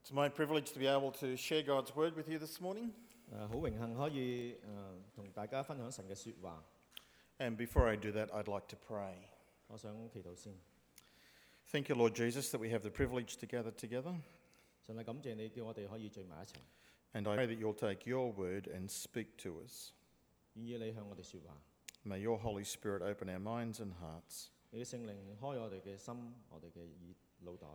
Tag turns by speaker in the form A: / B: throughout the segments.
A: It's my privilege to be able to share God's word with you this morning.
B: 誒好榮幸可以誒同、大家分享神嘅説話，
A: And before I do that, I'd like to pray.
B: 我想祈禱先。
A: Thank you, Lord Jesus, that we have the privilege to gather together.
B: 上帝感謝你叫我哋可以聚埋一齊，
A: And I pray that you'll take your word and speak to us.
B: 願意你向我哋説話，
A: May your Holy Spirit open our minds and hearts
B: 你嘅聖靈開我哋嘅心，我哋嘅耳腦袋，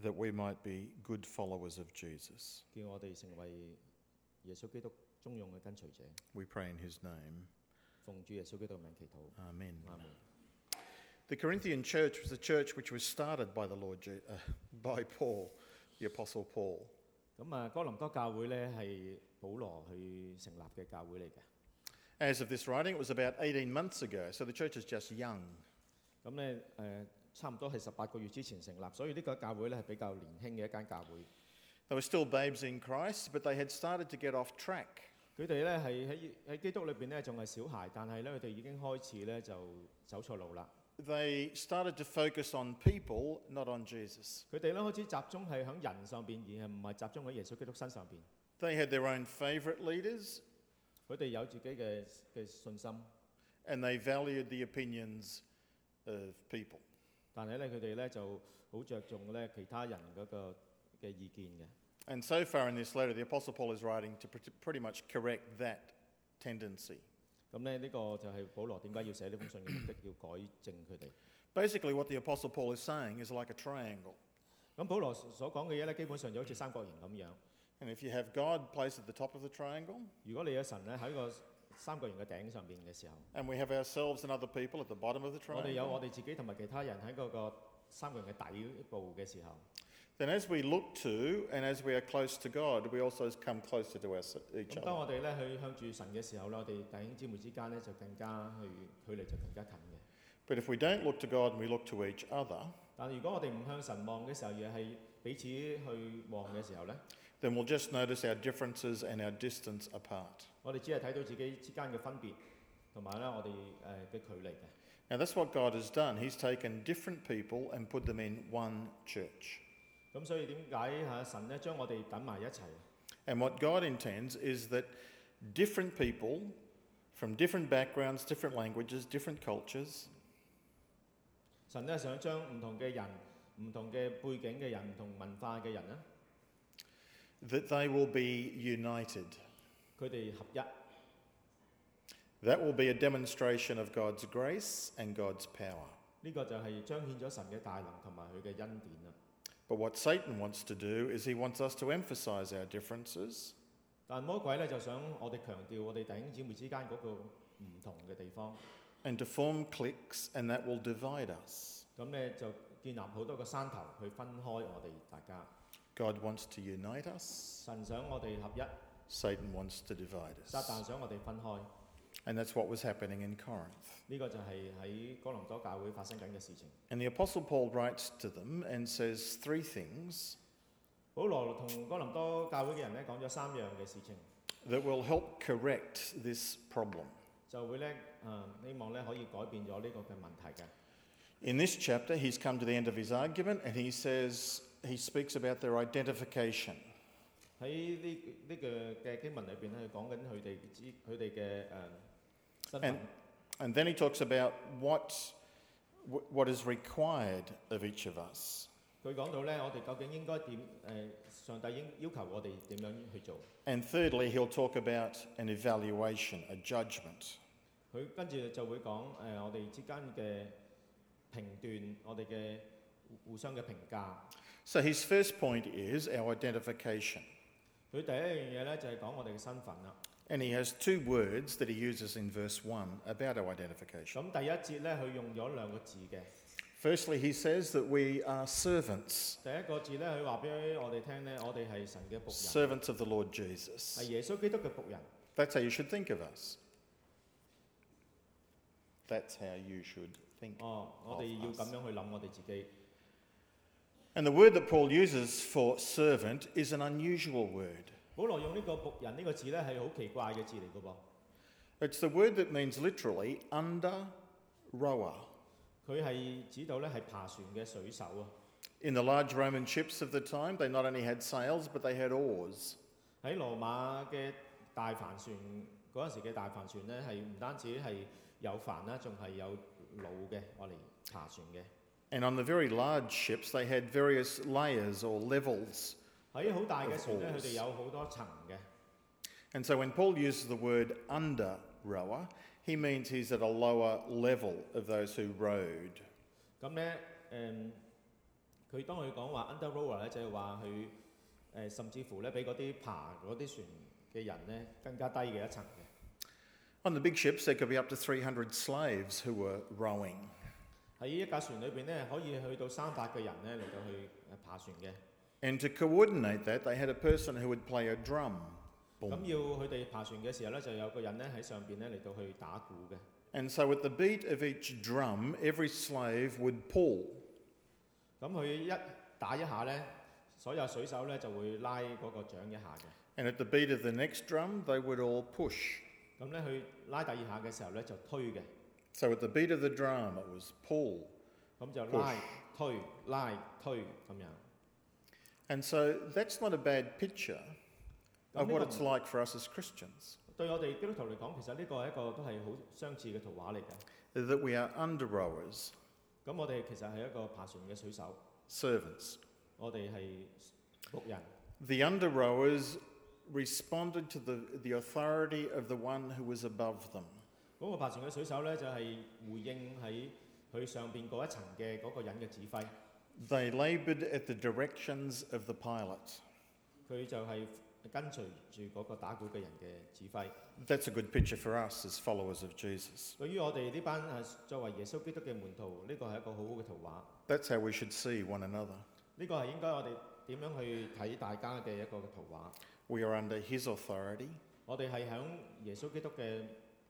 A: that we might be good followers of Jesus.
B: 叫我哋成為耶穌基督中用嘅跟隨者。
A: We pray in his name.
B: 奉主耶穌基督嘅名祈禱，
A: Amen.
B: 阿門。
A: The Corinthian church was a church which was started by the Lord Je- uh, by Paul, the apostle Paul.
B: 咁啊，哥林多教會呢係保羅去成立嘅教會嚟嘅。
A: As of this writing, it was about 18 months ago, so the church is just young.
B: 咁呢，誒、差唔多係十八個月之前成立，所以呢個教會呢係比較年輕嘅一間教會。
A: They were still babes in Christ, but they had started to get off track.
B: 佢哋咧係喺喺基督裏邊咧仲係小孩，但係咧佢哋已經開始咧就走錯路啦。
A: They started to focus on people, not on Jesus.
B: 佢哋咧開始集中係喺人上邊，而係唔係集中喺耶穌基督身上邊。
A: They had their own favourite leaders,
B: 佢哋有自己嘅嘅信心，
A: and they valued the opinions of people.
B: 但係咧佢哋咧就好着重咧其他人嗰個嘅意見嘅。
A: And so far in this letter, the Apostle Paul is writing to pret- pretty much correct that tendency.
B: 咁咧呢個就係保羅點解要寫呢封信嘅目的，要改正佢哋。
A: Basically, what the Apostle Paul is saying is like a triangle.
B: 咁保羅所講嘅嘢咧，基本上就好似三角形咁樣。
A: And if you have God placed at the top of the triangle,
B: 如果你有神咧喺個三角形嘅頂上邊嘅時候，
A: and we have ourselves and other people at the bottom of the
B: 我哋有
A: triangle,
B: 我哋自己同埋其他人喺嗰個三個人嘅底部嘅時候，
A: then as we look to and as we are close to God, we also come closer to ourse- each
B: 咁當
A: other.
B: 我哋咧去向住神嘅時候咧，我哋弟兄姊妹之間咧就更加去距離就更加近嘅。
A: But if we don't look to God and we look to each other,
B: 但如果我哋唔向神望嘅時候，而係彼此去望嘅時候咧，
A: then we'll just notice our differences and our distance apart.
B: 我哋只係睇到自己之間嘅分別，同埋咧我哋誒嘅距離嘅。
A: Now, that's what God has done. He's taken different people and put them in one church.
B: 咁所以點解嚇神咧將我哋等埋一齊？
A: And what God intends is that different people from different backgrounds, different languages, different cultures,
B: 神咧想將唔同嘅人、唔同嘅背景嘅人、唔同文化嘅人咧，
A: that they will be united.
B: 佢哋合一。
A: That will be a demonstration of God's grace and God's power.
B: 呢個就係彰顯咗神嘅大能同埋佢嘅恩典啊啦。
A: But what Satan wants to do is he wants us to emphasize our differences
B: 但魔鬼咧就想我哋強調我哋弟兄姊妹之間嗰個唔同嘅地方，
A: and to form cliques, and that will divide us.
B: 咁咧就建立好多個山頭去分開我哋大家。
A: God wants to unite us,
B: 神想我哋合一，
A: Satan wants to divide
B: 撒旦
A: us.
B: 想我哋分開。呢、
A: And that's what was happening in Corinth.
B: 個就係喺哥林多教會發生緊嘅事情。
A: And the Apostle Paul writes to them and says three things
B: 保羅同哥林多教會嘅人咧講咗三樣嘅事情，
A: that will help correct this problem.
B: 就會咧誒、呃希望咧可以改變咗呢個嘅問題嘅。
A: In this chapter, he's come to the end of his argument and he says, he speaks about their identification.
B: 喺呢呢個嘅經文裏邊咧，佢講緊佢哋之佢哋嘅誒身份
A: And-。And then he talks about what, wh- what is required of each of us.
B: 佢講到咧，我哋究竟應該點？誒、上帝應要求我哋點樣去做？
A: And thirdly, he'll talk about an evaluation, a judgment.
B: 佢跟住就會講誒、我哋之間嘅評斷，我哋嘅互相嘅評價。
A: So his first point is our identification.
B: 佢第一樣嘢咧就係、講我哋嘅身份啦。
A: And he has two words that he uses in verse 1 about our identification.
B: 咁第一節咧，佢用咗兩個字嘅。
A: Firstly, he says that we are servants,
B: 第一個字咧，佢話俾我哋聽咧，我哋係神嘅僕人，
A: servants of the Lord
B: 係
A: Jesus.
B: 耶穌基督嘅僕人。
A: That's how you should think of us. That's how you should think.
B: 哦，我哋要咁樣去諗我哋自己。
A: And the word that Paul uses for servant is an unusual word.
B: 保羅用呢個僕人呢個字咧係好奇怪嘅字嚟嘅噃。
A: It's the word that means literally under rower.
B: 佢係指到咧係爬船嘅水手啊。
A: In the large Roman ships of the time, they not only had sails, but they had oars.
B: 喺羅馬嘅大帆船嗰陣時嘅大帆船咧，係唔單止係有帆啦，仲係有櫓嘅，我嚟爬船嘅。
A: And on the very large ships, they had various layers or levels.
B: 喺好大嘅船咧，
A: Of
B: 佢
A: course.
B: 哋有好多層嘅。
A: And so when Paul uses the word under rower, he means he's at a lower level of those who rowed.
B: 咁咧誒，佢、當佢講話 under rower 咧，就係話佢誒甚至乎咧，比嗰啲爬嗰啲船嘅人咧更加低嘅一層嘅。
A: On the big ships, there could be up to 300 slaves who were rowing.
B: 喺一架船裏邊咧，可以去到三百個人咧嚟到去誒爬船嘅。
A: And to coordinate that, they had a person who would play a drum.
B: 咁
A: Boom.
B: 要佢哋爬船嘅時候咧，就有個人咧喺上邊咧嚟到去打鼓嘅。
A: And so at the beat of each drum, every slave would pull.
B: 咁佢一打一下咧，所有水手咧就會拉嗰個掌一下嘅。
A: And at the beat of the next drum, they would all push.
B: 咁咧佢拉第二下嘅時候咧就推嘅，
A: So at the beat of the drum, it was pull.
B: 咁就拉
A: Push
B: 推拉推咁樣。
A: And so that's not a bad picture of what it's
B: 咁呢
A: like for us as Christians,
B: 個對我哋基督徒嚟講，其實呢個係一個都係好相似嘅圖畫嚟嘅。
A: that we are under rowers,
B: 咁我哋其實係一個爬船嘅水手，
A: servants.
B: 我哋係仆人。
A: The under rowers responded to the, the authority of the one who was above them.
B: 嗰、個爬船嘅水手咧就係、回應喺佢上邊嗰一層嘅嗰個人嘅指揮，
A: They laboured at the directions of the pilot.
B: 佢就係跟隨住嗰個打鼓嘅人嘅指揮。
A: That's a good picture for us as followers of Jesus.
B: 對於我哋呢班誒作為耶穌基督嘅門徒，呢個係一個好好嘅圖畫。
A: That's how we should see one another.
B: 呢個係應該我哋點樣去睇大家嘅一個圖畫。
A: We are under his authority
B: 我哋係喺耶穌基督嘅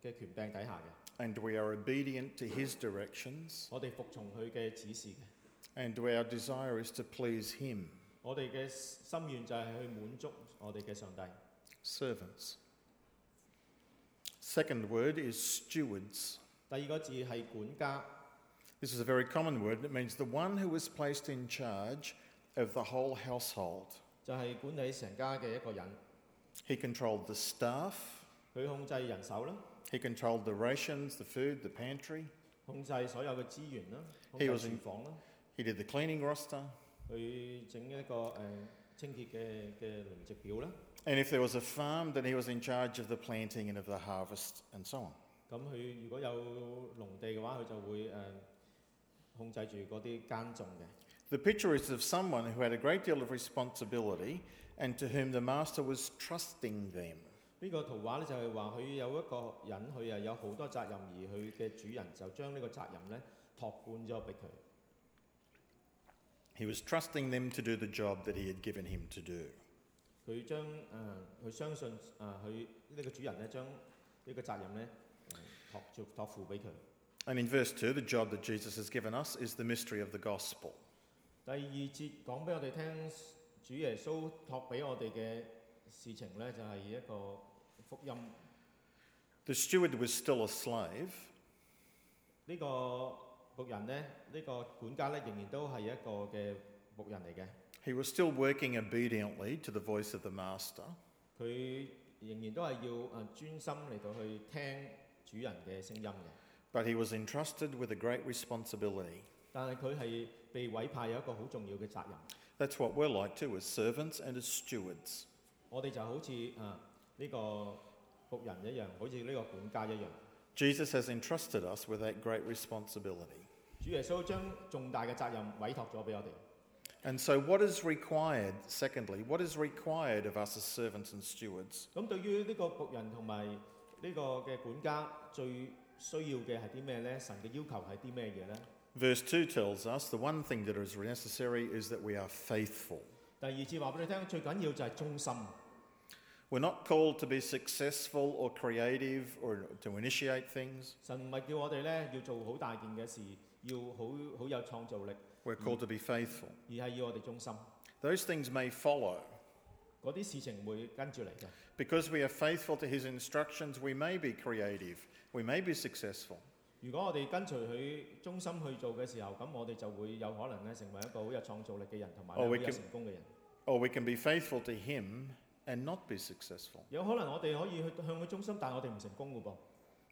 B: 嘅權柄底下嘅，
A: and we are obedient to his directions
B: 我哋服從佢嘅指示嘅。
A: and our desire is to please him.
B: 我哋嘅心願就係去滿足我哋嘅上帝。
A: Servants. Second word is stewards.
B: 第二個字係管家，
A: This is a very common word. It means the one who was placed in charge of the whole household.
B: 就係、管理成家嘅一個人，
A: He controlled the staff,
B: 佢控制人手啦，
A: he controlled the rations, the food, the pantry.
B: 控制所有嘅資源啦，控
A: He
B: 制
A: was in-
B: 廚房啦，
A: He did the cleaning roster.
B: 去整一個誒、呃清潔嘅嘅輪值表啦。
A: And if there was a farm, then he was in charge of the planting and of the harvest and so on.
B: 咁佢如果有農地嘅話，佢就會誒、呃控制住嗰啲耕種嘅。
A: The picture is of someone who had a great deal of responsibility and to whom the master was trusting them.
B: 呢個圖畫咧就係話佢有一個人，佢又有好多責任，而佢嘅主人就將呢個責任咧託管咗俾佢。
A: He was trusting them to do the job that he had given him to do.
B: 佢將誒佢、相信誒佢呢個主人咧將呢個責任咧誒託住託付俾佢。
A: And in verse 2, the job that Jesus has given us is the mystery of the gospel.
B: 第二節講俾我哋聽，主耶穌託俾我哋嘅事情咧就係、一個福音。呢、
A: The steward was still a slave,
B: 個僕人咧，呢、呢個管家咧仍然都係一個嘅僕人嚟嘅。
A: he was still working obediently to the voice of the master,
B: 佢仍然都係要誒專心嚟到去聽主人嘅聲音嘅，
A: but he was entrusted with a great responsibility.
B: 但係佢係被委派有一個好重要嘅責任。
A: That's what we're like too, as servants and as stewards.
B: 我哋就好似誒呢個仆人一樣，好似呢個管家一樣。
A: Jesus has entrusted us with that great responsibility.
B: 主耶穌將重大嘅責任委託咗俾我哋。
A: And so, what is required, secondly, what is required of us as servants and stewards?
B: 咁對於呢個仆人同埋呢個嘅管家最需要嘅係啲咩呢？神嘅要求係啲咩嘢呢？
A: Verse 2 tells us the one thing that is necessary is that we are faithful.
B: 第二次話俾你聽，最緊要就係忠心。
A: We're not called to be successful or creative or to initiate things.
B: 神唔係叫我哋呢要做好大件嘅事，要好好有創造力。
A: We're called to be faithful.
B: 而係要我哋忠心。
A: Those things may follow.
B: 嗰啲事情會跟住嚟嘅，
A: Because we are faithful to his instructions, we may be creative, we may be successful.
B: 如果我哋跟隨佢忠心去做嘅時候，咁我哋就會有可能咧成為一個好有創造力嘅人，同埋呢
A: 哦
B: 好
A: 會
B: 有
A: 叫
B: 成功嘅人。
A: Or we can be faithful to Him and not be successful.
B: 有可能我哋可以去向佢忠心，但係我哋唔成功嘅噃。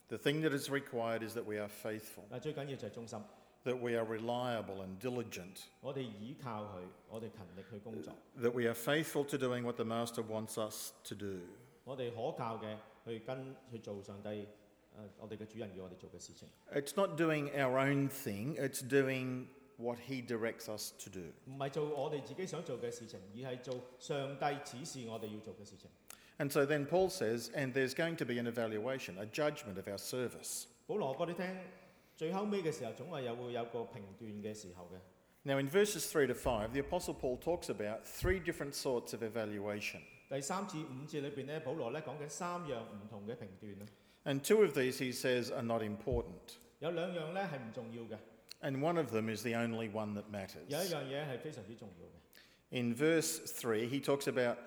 A: The thing that is required is that we are faithful,
B: 但係最緊要就係忠心，
A: that we are reliable and diligent,
B: 我哋倚靠佢，我哋勤力去工作，
A: that we are faithful to doing what the Master wants us to do.
B: 我哋可靠嘅去跟去做上帝誒、呃我哋嘅主人要我哋做嘅事情。
A: It's not doing our own thing, it's doing what He directs us to do.
B: 唔係做我哋自己想做嘅事情，而係做上帝指示我哋要做嘅事情。
A: And so then Paul says, and there's going to be an evaluation, a judgment of our service.
B: 保羅話俾你聽，最後尾嘅時候總係有會有個評斷嘅時候嘅。
A: Now, in verses 3 to 5, the Apostle Paul talks about three different sorts of evaluation.
B: 第三至五節裏邊咧，保羅咧講緊三樣唔同嘅評斷啊，
A: And two of these, he says, are not important.
B: 有兩樣咧係唔重要嘅，
A: And one of them is the only one that
B: 有一
A: matters.
B: 樣嘢係非常之重要嘅。
A: In verse 3, he talks about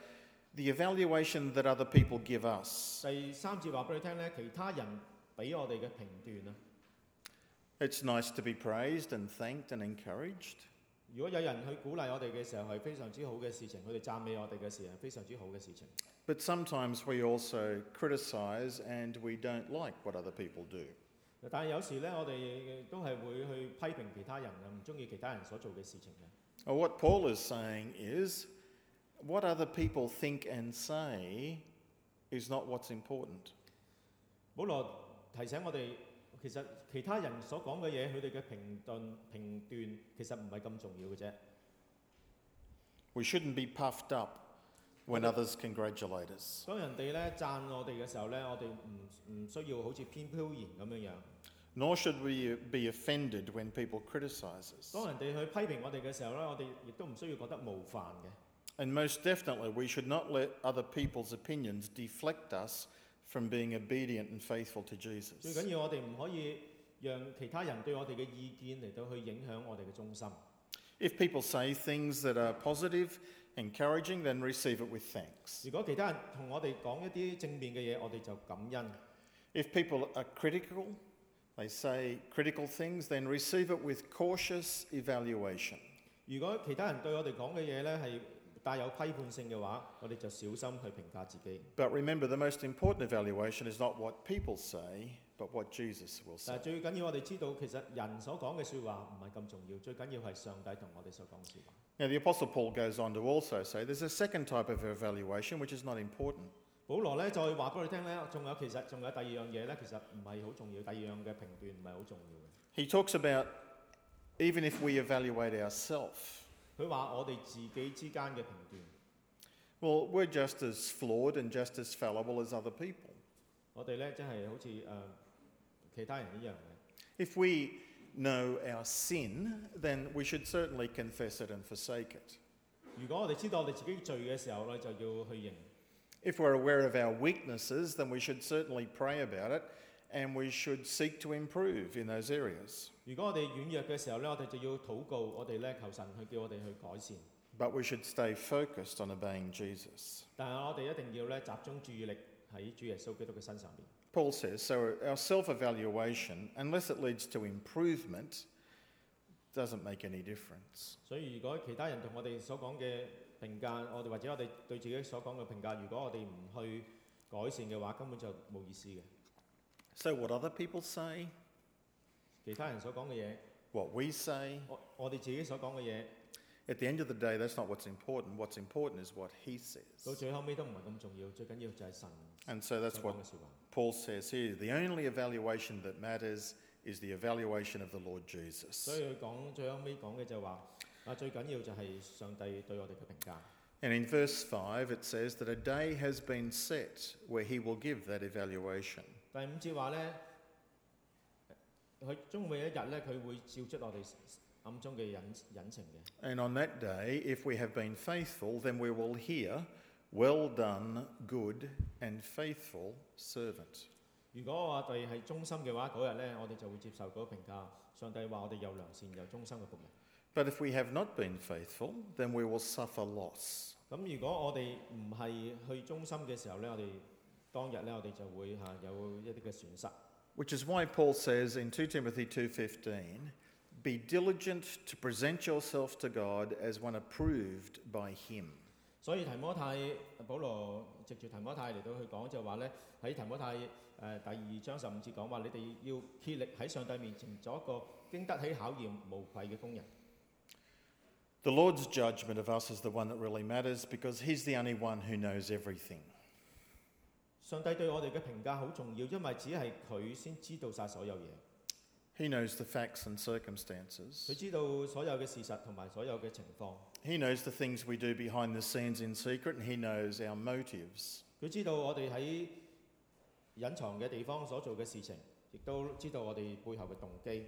A: the evaluation that other people give us.
B: 第三節話俾你聽咧，其他人俾我哋嘅評斷啊。
A: It's nice to be praised and thanked and encouraged,
B: 如果有人去鼓勵我哋嘅時候係非常之好嘅事情，佢哋讚美我哋嘅時候係非常之好嘅事情。
A: but sometimes we also criticise and we don't like what other people do.
B: 但係有時咧，我哋都係會去批評其他人啊，唔中意其他人所做嘅事情嘅。
A: Well, what Paul is saying is what other people think and say is not what's important.
B: 保羅提醒我哋，其實其他人所講嘅嘢，佢哋嘅評論評斷其實唔係咁重要嘅啫。
A: We shouldn't be puffed up when others congratulate us.
B: 當人哋咧讚我哋嘅時候咧，我哋唔唔需要好似偏飄然咁樣樣。
A: Nor should we be offended when people criticise us.
B: 當人哋去批評我哋嘅時候咧，我哋亦都唔需要覺得冒犯嘅。
A: And most definitely, we should not let other people's opinions deflect us from being obedient and faithful to
B: 最
A: Jesus.
B: 緊要我哋唔可以讓其他人對我哋嘅意見嚟到去影響我哋嘅忠心。
A: If people say things that are positive, encouraging, then receive it with thanks.
B: 如果其他人同我哋講一啲正面嘅嘢，我哋就感恩。
A: If people are critical, they say critical things, then receive it with cautious evaluation.
B: 如果其他人對我哋講嘅嘢咧係帶有批判性嘅話，我哋就小心去評價自己。
A: But remember, the most important evaluation is not what people say, but what Jesus will say.
B: 但係最緊要我哋知道，其實人所講嘅説話唔係咁重要，最緊要係上帝同我哋所講嘅説話。
A: Now, the Apostle Paul goes on to also say there's a second type of evaluation which is not important.
B: 保羅咧再話俾你聽咧，仲有其實仲有第二樣嘢咧，其實唔係好重要，第二樣嘅評斷唔係好重要
A: He talks about even if we evaluate ourselves,
B: 嘅。佢話我哋自己之間嘅評斷，
A: well, we're just as flawed and just as fallible as other people.
B: 我哋咧真係好似誒、呃其他人一樣嘅。
A: If we know our sin, then we should certainly confess it and forsake it.
B: 如果我哋知道我哋自己罪嘅時候咧，就要去認。
A: If we're aware of our weaknesses, then we should certainly pray about it and we should seek to improve in those areas.
B: 如果我哋軟弱嘅時候咧，我哋就要禱告，我哋咧求神去叫我哋去改善。
A: But we should stay focused on obeying Jesus.
B: 但係我哋一定要咧集中注意力喺主耶穌基督嘅身上面。
A: Paul says so our self evaluation, unless it leads to improvement, doesn't make any difference.
B: 所以如果其他人同我哋所講嘅評價，我哋或者我哋對自己所講嘅評價，如果我哋唔去改善嘅話，根本就冇意思嘅。
A: So, what other people say,
B: 其他人所講嘅嘢，
A: what we say,
B: 我我哋自己所講嘅嘢，
A: at the end of the day, that's not what's important. What's important is what he
B: 到
A: says.
B: 最後尾都唔係咁重要，最緊要就係神
A: And so that's
B: 所
A: what
B: 講嘅説話。
A: Paul says here the only evaluation that matters is the evaluation of the Lord
B: 所
A: Jesus.
B: 以佢講最後尾講嘅就係話，啊最緊要就係上帝對我哋嘅評價。
A: And in verse 5, it says that a day has been set where he will give that evaluation.
B: 第五節話咧，佢終會有一日咧，佢會照出我哋暗中嘅隱隱情嘅。
A: And on that day, if we have been faithful, then we will hear, Well done, good and faithful servant.
B: 如果我哋係忠心嘅話，嗰日咧我哋就會接受嗰個評價。上帝話我哋有良善有忠心嘅僕人。
A: But if we have not been faithful, then we will suffer loss.
B: 咁如果我哋唔啊係去忠心嘅時候咧，我哋當日咧我哋就會嚇、有一啲嘅損失。
A: Which is why Paul says in 2 Timothy 2:15, "Be diligent to present yourself to God as one approved by him."
B: 所以提摩太保羅藉住提摩太嚟到去講就話咧，喺提摩太誒、呃第二章十五節講話，你哋要竭力喺上帝面前做一個經得起考驗無愧嘅工人。
A: The Lord's judgment of us is the one that really matters because he's the only one who knows everything.
B: 上帝對我哋嘅評價好重要，因為只係佢先知道晒所有嘢，
A: He knows the facts and
B: 佢
A: circumstances.
B: 知道所有嘅事實同埋所有嘅情況，
A: He knows the things we do behind the scenes in secret, and he knows our motives.
B: 佢知道我哋喺隱藏嘅地方所做嘅事情，亦都知道我哋背後嘅動機。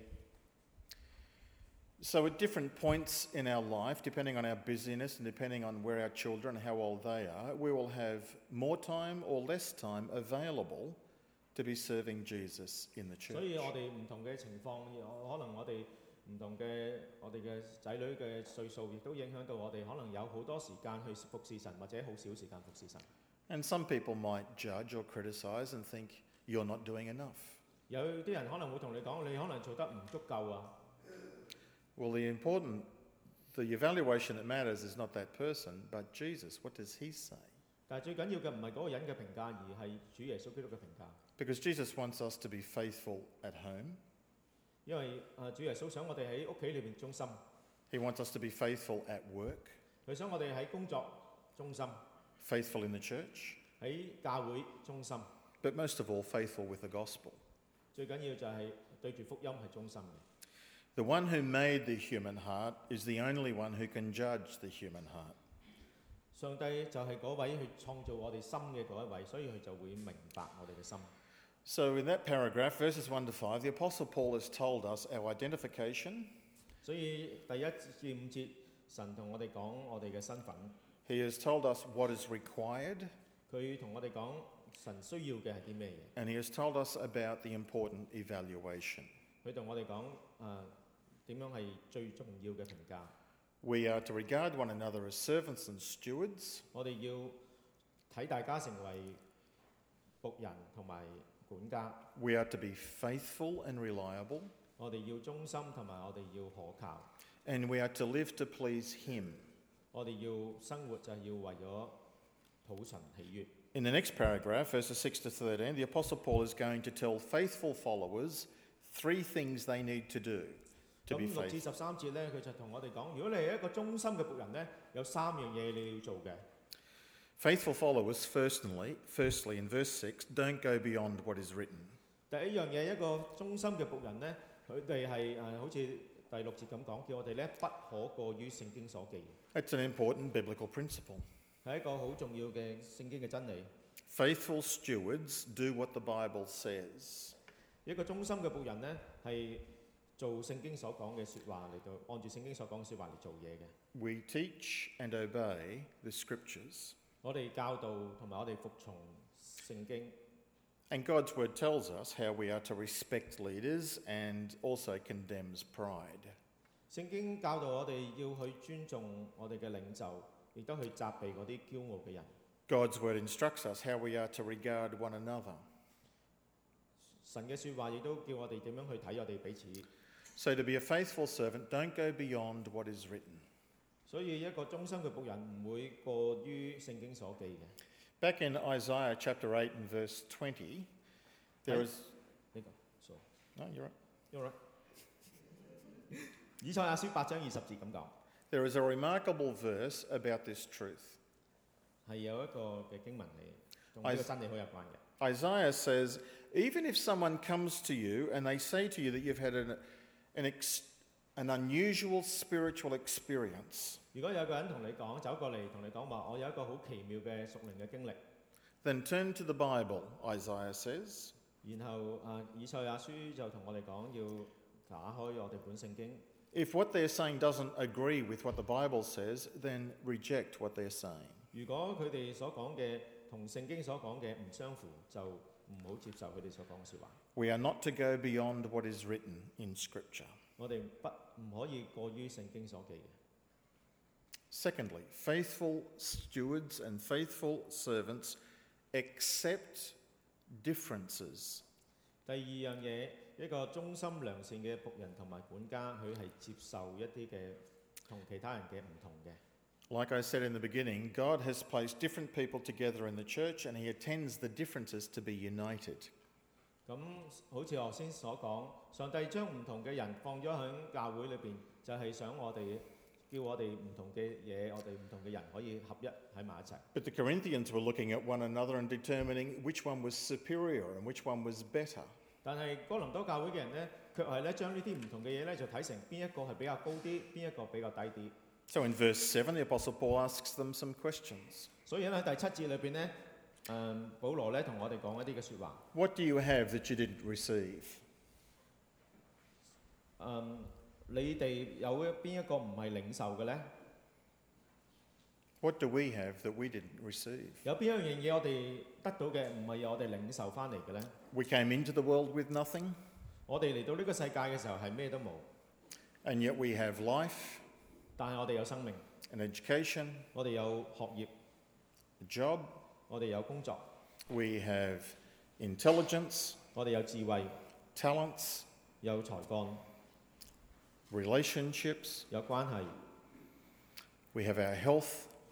A: So, at different points in our life, depending on our busyness and depending on where our children, how old they are, we will have more time or less time available to be serving Jesus in the
B: 所以
A: church.
B: 我哋唔同嘅情況，我可能我哋唔同嘅我哋嘅仔女嘅歲數，亦都影響到我哋可能有好多時間去服侍神，或者好少時間服侍神。
A: And some people might judge or criticise and think, you're not doing enough.
B: 有啲人可能會同你講，你可能做得唔足夠啊。
A: Well, the important, the evaluation that matters is not that person, but Jesus. What does he say?
B: 但係最緊要嘅唔係嗰個人嘅評價，而係主耶穌基督嘅評價。
A: Because Jesus wants us to be faithful at home,
B: 因為啊，主耶穌想我哋喺屋企裏邊忠心，
A: he wants us to be faithful at work,
B: 佢想我哋喺工作忠心，
A: faithful in the church,
B: 喺教會忠心，
A: but most of all, faithful with the gospel.
B: 最緊要就係對住福音係忠心嘅。
A: The one who made the human heart is the only one who can judge the human heart.
B: 上帝就係嗰位去創造我哋心嘅嗰一位，所以佢就會明白我哋嘅心。
A: So, in that paragraph, verses 1 to 5, the Apostle Paul has told us our identification.
B: 所以第一至五節，神同我哋講我哋嘅身份，
A: He has told us what is required,
B: 佢同我哋講神需要嘅係啲咩
A: and he has told us about the important evaluation.
B: 嘢，佢同我哋講誒點樣係最重要嘅評價。
A: We are to regard one another as servants and stewards,
B: 我哋要睇大家成為仆人同埋管家，
A: we are to be faithful and reliable.
B: 我哋要忠心同埋我哋要可靠，
A: and we are to live to please Him.
B: 我哋要生活就係要為咗討神喜悅。
A: In the next paragraph, verses 6 to 13, the Apostle Paul is going to tell faithful followers three things they need to do
B: 咁
A: to be
B: 六至
A: faithful.
B: 十三節咧，佢就同我哋講：如果你係一個忠心嘅仆人咧，有三樣嘢你要做嘅。
A: Faithful followers, firstly, firstly, in verse 6, don't go beyond what is written.
B: 第一樣嘢，一個忠心嘅仆人咧，佢哋係誒好似第六節咁講，叫我哋咧不可過於聖經所記，
A: That's an important biblical principle.
B: 係一個好重要嘅聖經嘅真理。
A: Faithful stewards do what the Bible says.
B: 一個忠心嘅仆人咧，係做聖經所講嘅説話嚟到，按住聖經所講嘅説話嚟做嘢嘅。
A: We teach and obey the scriptures.
B: 我哋教導同埋我哋服從聖經，
A: And God's word tells us how we are to respect leaders and also condemns pride.
B: 聖經教導我哋要去尊重我哋嘅領袖，亦都去責備嗰啲驕傲嘅人。
A: God's word instructs us how we are to regard one another.
B: 神嘅説話亦都叫我哋點樣去睇我哋彼此。
A: So, to be a faithful servant, don't go beyond what is written.
B: 所以一個忠心嘅仆人唔會過於聖經所記嘅。
A: Back in Isaiah chapter 8 and verse 20, there
B: Hey.
A: is.
B: 呢個，sorry，
A: No, you're right.
B: 因為以賽亞書八章二十節咁講，
A: There is a remarkable verse about this truth.
B: 係有一個嘅經文嚟，同呢個真理好有關嘅。
A: Isaiah says, Even if someone comes to you and they say to you that you've had an, an, ex, an unusual spiritual experience,
B: 如果有個人同你講走過嚟同你講話，我有一個好奇妙嘅屬靈嘅經歷，
A: then turn to the Bible, Isaiah says,
B: 然後啊以賽亞書就同我哋講要打開我哋本聖經。
A: If what they're saying doesn't agree with what the Bible says, then reject what they're saying.
B: 如果佢哋所講嘅同聖經所講嘅唔相符，就唔好接受佢哋所講嘅説話。
A: We are not to go beyond what is written in Scripture.
B: 我哋不唔可以過於聖經所記嘅。
A: Secondly, faithful stewards and faithful servants accept differences.
B: 第二樣嘢，一個忠心良善嘅仆人同埋管家，佢係接受一啲嘅同其他人嘅唔同嘅。
A: Like I said in the beginning, God has placed different people together in the church and He attends the differences to be united.
B: 咁好似我先所講，上帝將唔同嘅人放咗喺教會裏邊，就係、想我哋叫我哋唔同嘅嘢，我哋唔同嘅人可以合一喺埋一齊。
A: But the Corinthians were looking at one another and determining which one was superior and which one was better.
B: 但係哥林多教會嘅人呢，卻係咧將呢啲唔同嘅嘢呢，就睇成邊一個係比較高啲，邊一個比較低啲。
A: So in verse 7, the Apostle Paul asks them some questions
B: 所以咧喺第七節裏邊呢，誒、保羅咧同我哋講一啲嘅説話。
A: What do you have that you didn't receive?
B: 嗯，你哋有一邊一個唔係領受嘅呢？
A: What do we have that we didn't receive?
B: 有邊一樣嘢我哋得到嘅唔係我哋領受翻嚟嘅呢？
A: We came into the world with nothing,
B: 我哋嚟到呢個世界嘅時候係咩都冇，
A: and yet we have life,
B: 但係我哋有生命，
A: an education,
B: 我哋有學業，
A: a job,
B: 我哋有工作，
A: we have intelligence,
B: 我哋有智慧，
A: talents,
B: 有才幹，
A: relationships,
B: 有關係，
A: we have our health,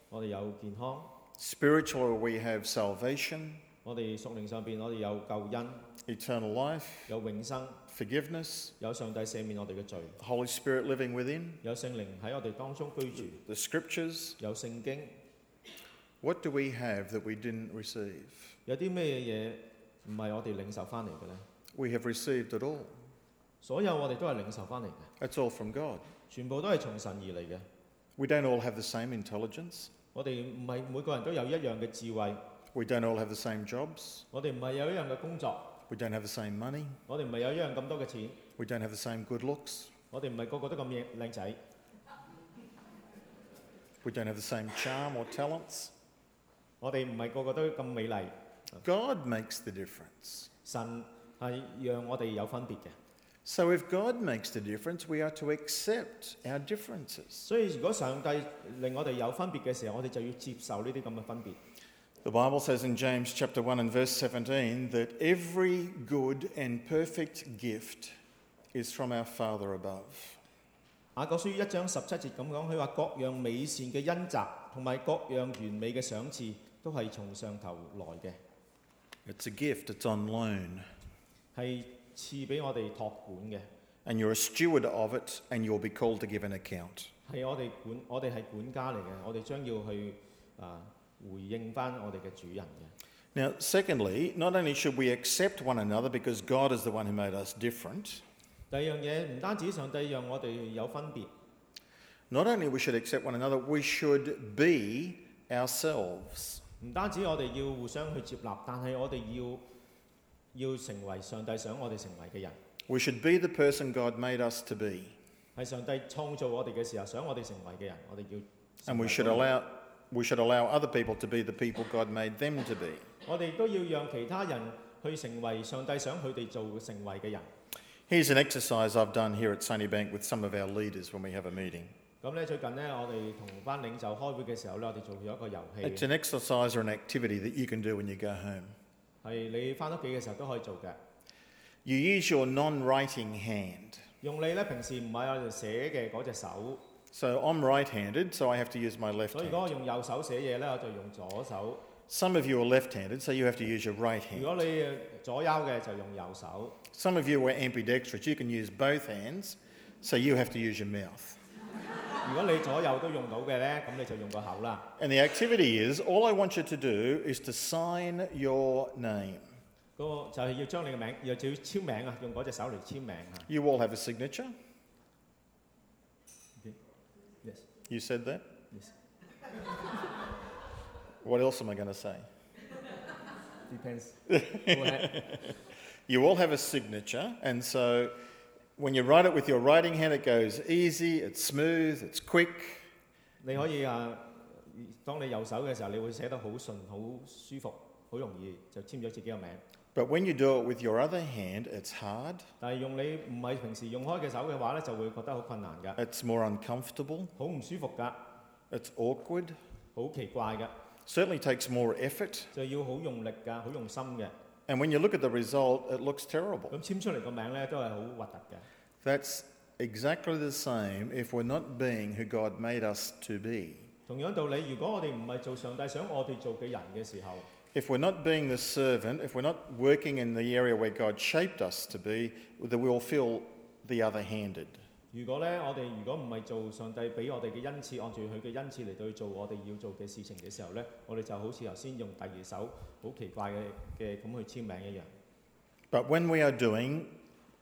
B: 我哋有健康，
A: spiritually, we have salvation,
B: 我哋屬靈上邊我哋有救恩，
A: eternal life,
B: 有永生，
A: forgiveness,
B: 有上帝赦免我哋嘅罪，
A: Holy Spirit living within,
B: 有聖靈喺我哋當中居住，
A: the scriptures.
B: 有聖經，
A: What do we have that we didn't receive?
B: 有啲咩嘢唔係我哋領受翻嚟嘅呢？
A: We have received it all.
B: 所有我哋都係領受翻嚟嘅，
A: That's all from God.
B: 全部都係從神而嚟嘅。
A: We don't all have the same intelligence.
B: 我哋唔係每個人都有一樣嘅智慧，
A: We don't all have the same jobs.
B: 我哋唔係有一樣嘅工作，
A: We don't have the same money.
B: 我哋唔係有一樣咁多嘅錢，
A: We don't have the same good looks.
B: 我哋唔係個個都咁靚靚仔，
A: We don't have the same charm or talents.
B: 我哋唔係個個都咁美麗。
A: God makes the difference.
B: 神係讓我哋有分別嘅，
A: So if God makes the difference, we are to accept our differences.
B: 所以如果上帝令我哋有分別嘅時候，我哋就要接受呢啲咁嘅分別。
A: The Bible says in James chapter 1 and verse 17 that every good and perfect gift is from our Father above.
B: 雅各書一章十七節咁講，佢話各樣美善嘅恩澤同埋各樣完美嘅賞賜都係從上頭來嘅，
A: It's a gift, it's on loan,
B: 係賜俾我哋託管嘅。
A: and you're a steward of it, and you'll be called to give an account.
B: 係我哋管，我哋係管家嚟嘅，我哋將要去啊、回應翻我哋嘅主人嘅。
A: Now, secondly, not only should we accept one another because God is the one who made us different,
B: 第二樣嘢唔單止上帝讓我哋有分別，
A: not only we should accept one another, we should be ourselves.
B: 唔單止我哋要互相去接納，但係我哋要要成為上帝想我哋成為嘅人，
A: We should be the person God made us to be,
B: 係上帝創造我哋嘅時候想我哋成為嘅人，我哋要成
A: and we
B: 為嗰
A: should
B: 個人。
A: allow we should allow other people to be the people God made them to be.
B: 我哋都要讓其他人去成為上帝想佢哋做成為嘅人。
A: Here's an exercise I've done here at Sunnybank with some of our leaders when we have a meeting.
B: 咁咧最近咧，我哋同班領袖開會嘅時候咧，我哋做咗一個遊戲
A: It's，an exercise or an activity that you can do when you go home.
B: 係你翻屋企嘅時候都可以做嘅。
A: You use your non writing hand.
B: 用你咧平時唔係我哋寫嘅嗰隻手，
A: So I'm right handed, so I have to use my left
B: 所以
A: hand.
B: 如果我用右手寫嘢咧，我就用左手；
A: Some of you are left handed, so you have to use your right
B: 如
A: hand.
B: 果你左右嘅就用右手。
A: Some of you are ambidextrous, you can use both hands, so you have to use your mouth.
B: 如果你左右都用到嘅咧，咁你就用個口啦。
A: And the activity is all I want you to do is to sign your name.
B: 嗰個就係要將你嘅名，又就要簽名啊，用嗰隻手嚟簽名啊。
A: You all have a signature.
B: Yes,
A: You said that?
B: yes,
A: What else am I going to say?
B: depends. Go ahead.
A: You all have a signature, and so when you write it with your writing hand, it goes easy, it's smooth, it's quick.
B: 你可以啊，當你右手嘅時候，你會寫得好順、好舒服、好容易就簽咗自己嘅名。
A: But when you do it with your other hand, it's hard,
B: 但係用你唔係平時用開嘅手嘅話咧，就會覺得好困難㗎，
A: it's more uncomfortable,
B: 好唔舒服㗎，
A: it's awkward,
B: 好奇怪㗎。
A: certainly takes more effort,
B: 就要好用力㗎，好用心嘅。
A: And when you look at the result, it looks terrible.
B: 咁簽出嚟個名咧都係好核突嘅。
A: That's exactly the same if we're not being who God made us to be.
B: 同樣道理，如果我哋唔係做上帝想我哋做嘅人嘅時候，
A: If we're not being the servant, if we're not working in the area where God shaped us to be, then we'll feel the other handed.
B: 如果咧我哋如果唔係做上帝俾我哋嘅恩賜，按住佢嘅恩賜嚟到去做我哋要做嘅事情嘅時候咧，我哋就好似頭先用第二手好奇怪嘅嘅咁去簽名一樣。
A: But when we are doing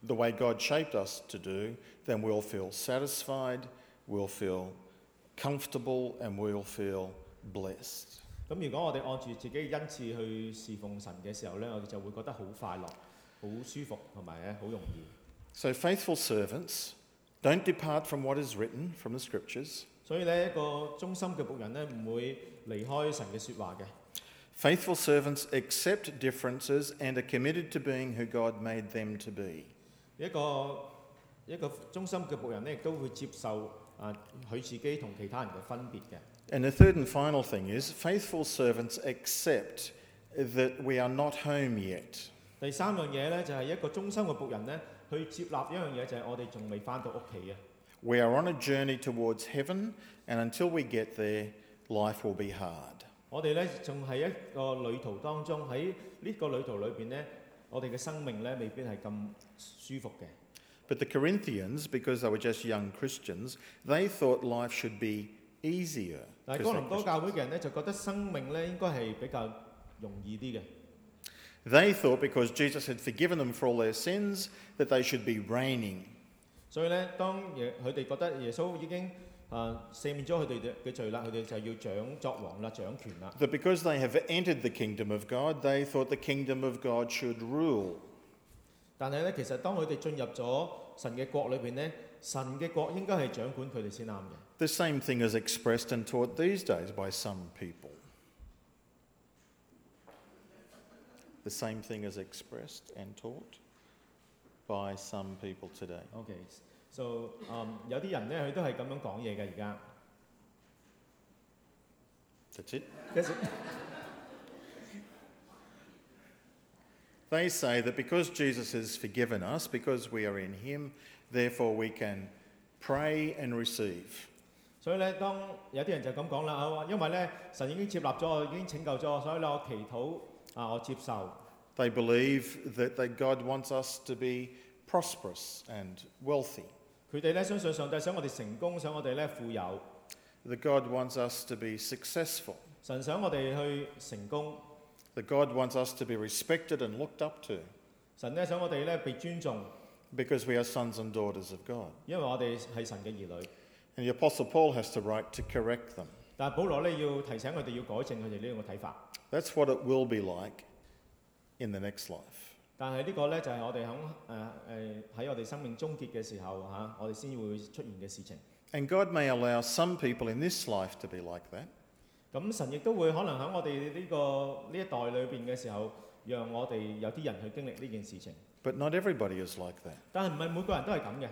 A: the way God shaped us to do, then we'll feel satisfied, we'll feel comfortable, and we'll feel blessed.
B: 咁如果我哋按住自己嘅恩賜去侍奉神嘅時候咧，我哋就會覺得好快樂、好舒服同埋咧好容易。
A: So, faithful servants, don't depart from what is written from the scriptures.
B: 所以咧，一個忠心嘅仆人咧，唔會離開神嘅説話嘅。
A: Faithful servants accept differences and are committed to being who God made them to be.
B: 一個一個忠心嘅仆人咧，亦都會接受啊佢自己同其他人嘅分別嘅。
A: And the third and final thing is faithful servants accept that we are not home yet.
B: 第三樣嘢咧，就係、一個忠心嘅仆人咧，去接納一樣嘢，就係我哋仲未翻到屋企嘅。
A: We are on a journey towards heaven, and until we get there, life will be hard.
B: 我哋咧仲係一個旅途當中，喺呢個旅途裏邊咧，我哋嘅生命咧未必係咁舒服嘅。
A: But the Corinthians, because they were just young Christians, they thought life should be easier.
B: 但係
A: because
B: 哥
A: they're
B: 林多
A: Christians.
B: 教會嘅人咧，就覺得生命咧應該係比較容易啲嘅。
A: They thought because Jesus had forgiven them for all their sins that they should be reigning.
B: 所以咧，當耶佢哋覺得耶穌已經啊、赦免咗佢哋嘅罪啦，佢哋就要掌作王啦、掌權啦。
A: That because they have entered the kingdom of God, they thought the kingdom of God should rule.
B: 但係咧，其實當佢哋進入咗神嘅國裏邊咧，神嘅國應該係掌管佢哋先啱嘅。
A: The same thing is expressed and taught these days by some people. The same thing is expressed and taught by some people today.
B: OK，so、um, 有啲人咧，佢都係咁樣講嘢嘅而家。
A: That's it.
B: 其實
A: They say that because Jesus has forgiven us, because we are in Him, therefore we can pray and receive.
B: 所以咧，當有啲人就咁講啦，啊因為咧神已經接納咗我，已經拯救咗我，所以咧我祈禱啊，我接受。
A: They believe that, that God wants us to be prosperous and wealthy,
B: 佢哋咧相信上帝想我哋成功，想我哋咧富有，
A: that God wants us to be successful,
B: 神想我哋去成功，
A: that God wants us to be respected and looked up to.
B: 神咧想我哋咧被尊重，
A: because we are sons and daughters of God.
B: 因為我哋係神嘅兒女。
A: And the Apostle Paul has to write to correct them.
B: 但係保羅咧要提醒佢哋要改正佢哋呢個睇法。
A: That's what it will be like in the next life.
B: 但係呢個咧就係、我哋呃喺誒誒喺我哋生命終結嘅時候嚇、啊我哋先會出現嘅事情。
A: And God may allow some people in this life to be like that,
B: 咁神亦都會可能喺我哋呢、個呢一代裏邊嘅時候，讓我哋有啲人去經歷呢件事情。
A: but not everybody is like that.
B: 但係唔係每個人都係咁嘅，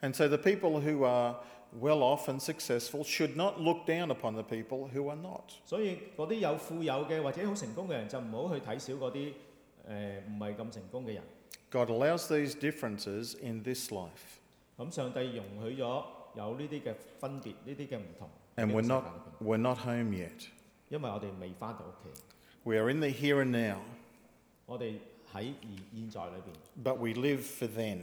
A: And so the people who are well off and successful should not look down upon the people who are not.
B: 所以嗰啲有富有嘅或者好成功嘅人就唔好去睇小嗰啲誒唔係咁成功嘅人。
A: God allows these differences in this life.
B: 咁上帝容許咗有呢啲嘅分別，呢啲嘅唔同。
A: And we're
B: 呢個世界
A: not,
B: 裏邊
A: we're not home yet.
B: 因為我哋未翻到屋企，
A: We are in the here and now,
B: 我哋喺而現在裏邊，
A: but we live for then.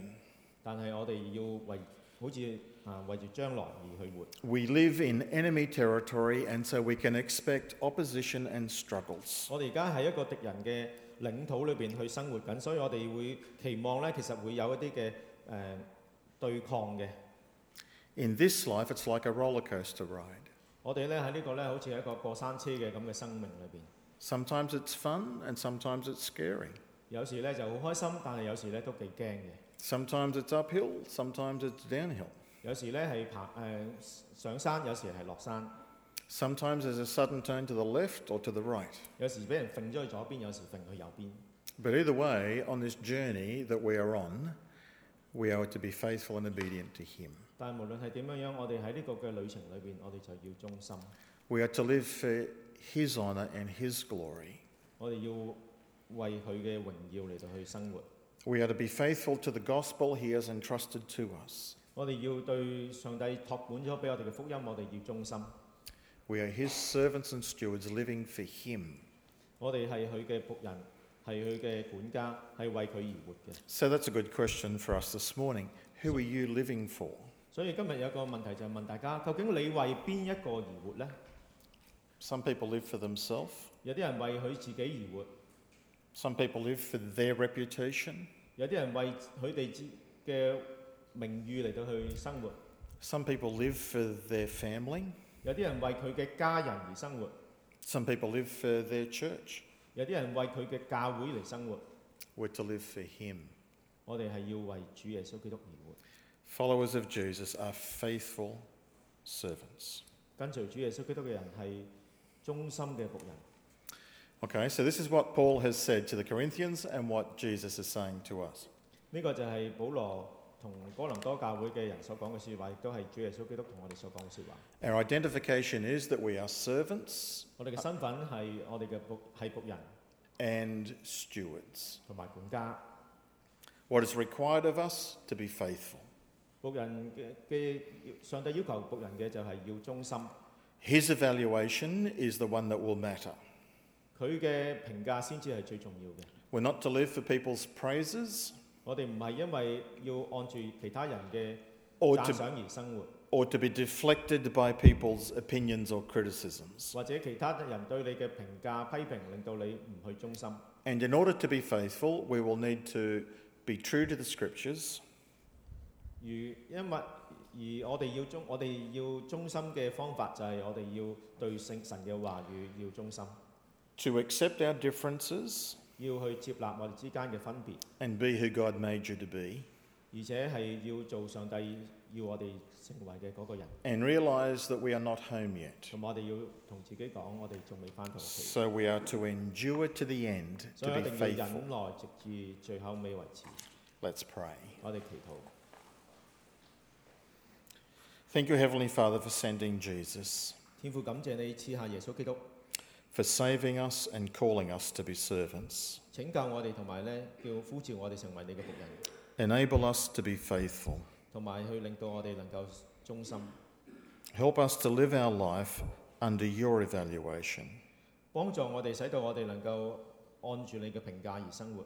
B: 但係我哋要為好似啊為住將來而去活。
A: We live in enemy territory, and so we can expect opposition and struggles.
B: 我哋而家喺一個敵人嘅領土裏邊去生活緊，所以我哋會期望咧，其實會有一啲嘅誒對抗嘅。
A: In this life, it's like a roller coaster ride.
B: 我哋咧喺呢個咧，好似一個過山車嘅咁嘅生命裏邊，
A: Sometimes it's fun, and sometimes it's scary.
B: 有時咧就好開心，但係有時咧都幾驚嘅。
A: Sometimes it's uphill, sometimes it's downhill.
B: 有時咧係爬誒、上山，有時係落山，
A: Sometimes there's a sudden turn to the left or to the right.
B: 有時俾人揈咗去左邊，有時揈去右邊。
A: But either way, on this journey that we are on, we are to be faithful and obedient to Him.
B: 但係無論係點樣樣，我哋喺呢個嘅旅程裏邊，我哋就要忠心，
A: We are to live for His honour and His glory.
B: 我哋要為佢嘅榮耀嚟到去生活。
A: We are to be faithful to the gospel he has entrusted to us.
B: 我哋要對上帝託管咗俾我哋嘅福音，我哋要忠心。
A: We are his servants and stewards living for him.
B: 我哋係佢嘅仆人，係佢嘅管家，係為佢而活嘅。
A: So that's a good question for us this morning. Who are you living for?
B: 所以今日有一個問題就係問大家：究竟你為邊一個而活呢？
A: Some people live for themselves,
B: 有啲人為佢自己而活，
A: some people live for their reputation,
B: 有啲人為佢哋自嘅名譽嚟到去生活，
A: some people live for their family,
B: 有啲人為佢嘅家人而生活，
A: some people live for their church.
B: 有啲人為佢嘅教會嚟生活。
A: We're to live for him.
B: 我哋係要為主耶穌基督而活，
A: Followers of Jesus are faithful servants.
B: 跟隨主耶穌基督嘅人係忠心嘅仆人。
A: Okay, so this is what Paul has said to the Corinthians and what Jesus is saying to us.
B: 呢個就係保羅同哥林多教會嘅人所講嘅説話，亦都係主耶穌基督同我哋所講嘅説話。
A: Our identification is that we are servants
B: 我哋嘅身份係我哋嘅仆係仆人
A: and stewards.
B: 同埋管家。
A: What is required of us to be faithful.
B: 仆人嘅嘅上帝要求仆人嘅就係要忠心，
A: His evaluation is the one that will matter.
B: 佢嘅評價先至係最重要嘅。
A: We're not to live for people's praises
B: 我哋唔係因為要按住其他人嘅
A: or
B: 讚
A: to,
B: 賞而生活，
A: or to be deflected by people's opinions or criticisms.
B: 或者其他人對你嘅評價批評，令到你唔去忠心。
A: And in order to be faithful, we will need to be true to the scriptures,
B: 如因為而我哋要忠，我哋要忠心嘅方法就係我哋要對聖神嘅話語要忠心，
A: to accept our differences
B: 要去接納我哋之間嘅分別，
A: and be who God made you to be,
B: 而且係要做上帝要我哋成為嘅嗰個人。
A: and realize that we are not home yet.
B: 同我哋要同自己講，我哋仲未翻到屋企，
A: So we are to endure to the end
B: 所
A: to
B: 以一
A: be
B: 定要
A: faithful.
B: 忍耐，直至最後尾為止。
A: Let's pray.
B: 我哋祈禱，
A: Thank you, Heavenly Father, for sending Jesus,
B: 天父感謝你賜下耶穌基督
A: for saving us and calling us to be servants.
B: 拯救我哋，同埋咧叫呼召我哋成為你嘅仆人，
A: Enable us to be faithful.
B: 同埋去令到我哋能夠忠心。
A: Help us to live our life under your evaluation,
B: 幫助我哋，使到我哋能夠按住你嘅評價而生活。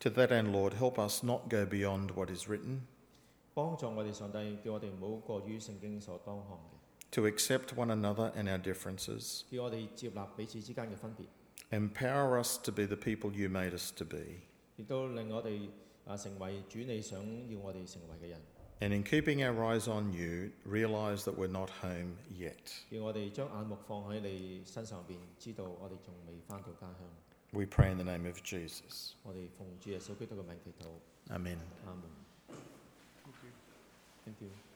A: To that end, Lord, help us not go beyond what is written,
B: 幫助我哋，上帝叫我哋唔好過於聖經所當看嘅，
A: to accept one another and our differences.
B: 叫我哋接納彼此之間嘅分別，
A: Empower us to be the people you made us to be.
B: 亦都令我哋啊成為主你想要我哋成為嘅人，
A: And in keeping our eyes on you, realize that we're not home yet.
B: 叫我哋將眼目放喺你身上邊，知道我哋仲未翻到家鄉。
A: We pray in the name of Jesus.
B: 我哋奉主耶穌基督嘅名祈禱，
A: Amen.
B: 阿門。Thank you.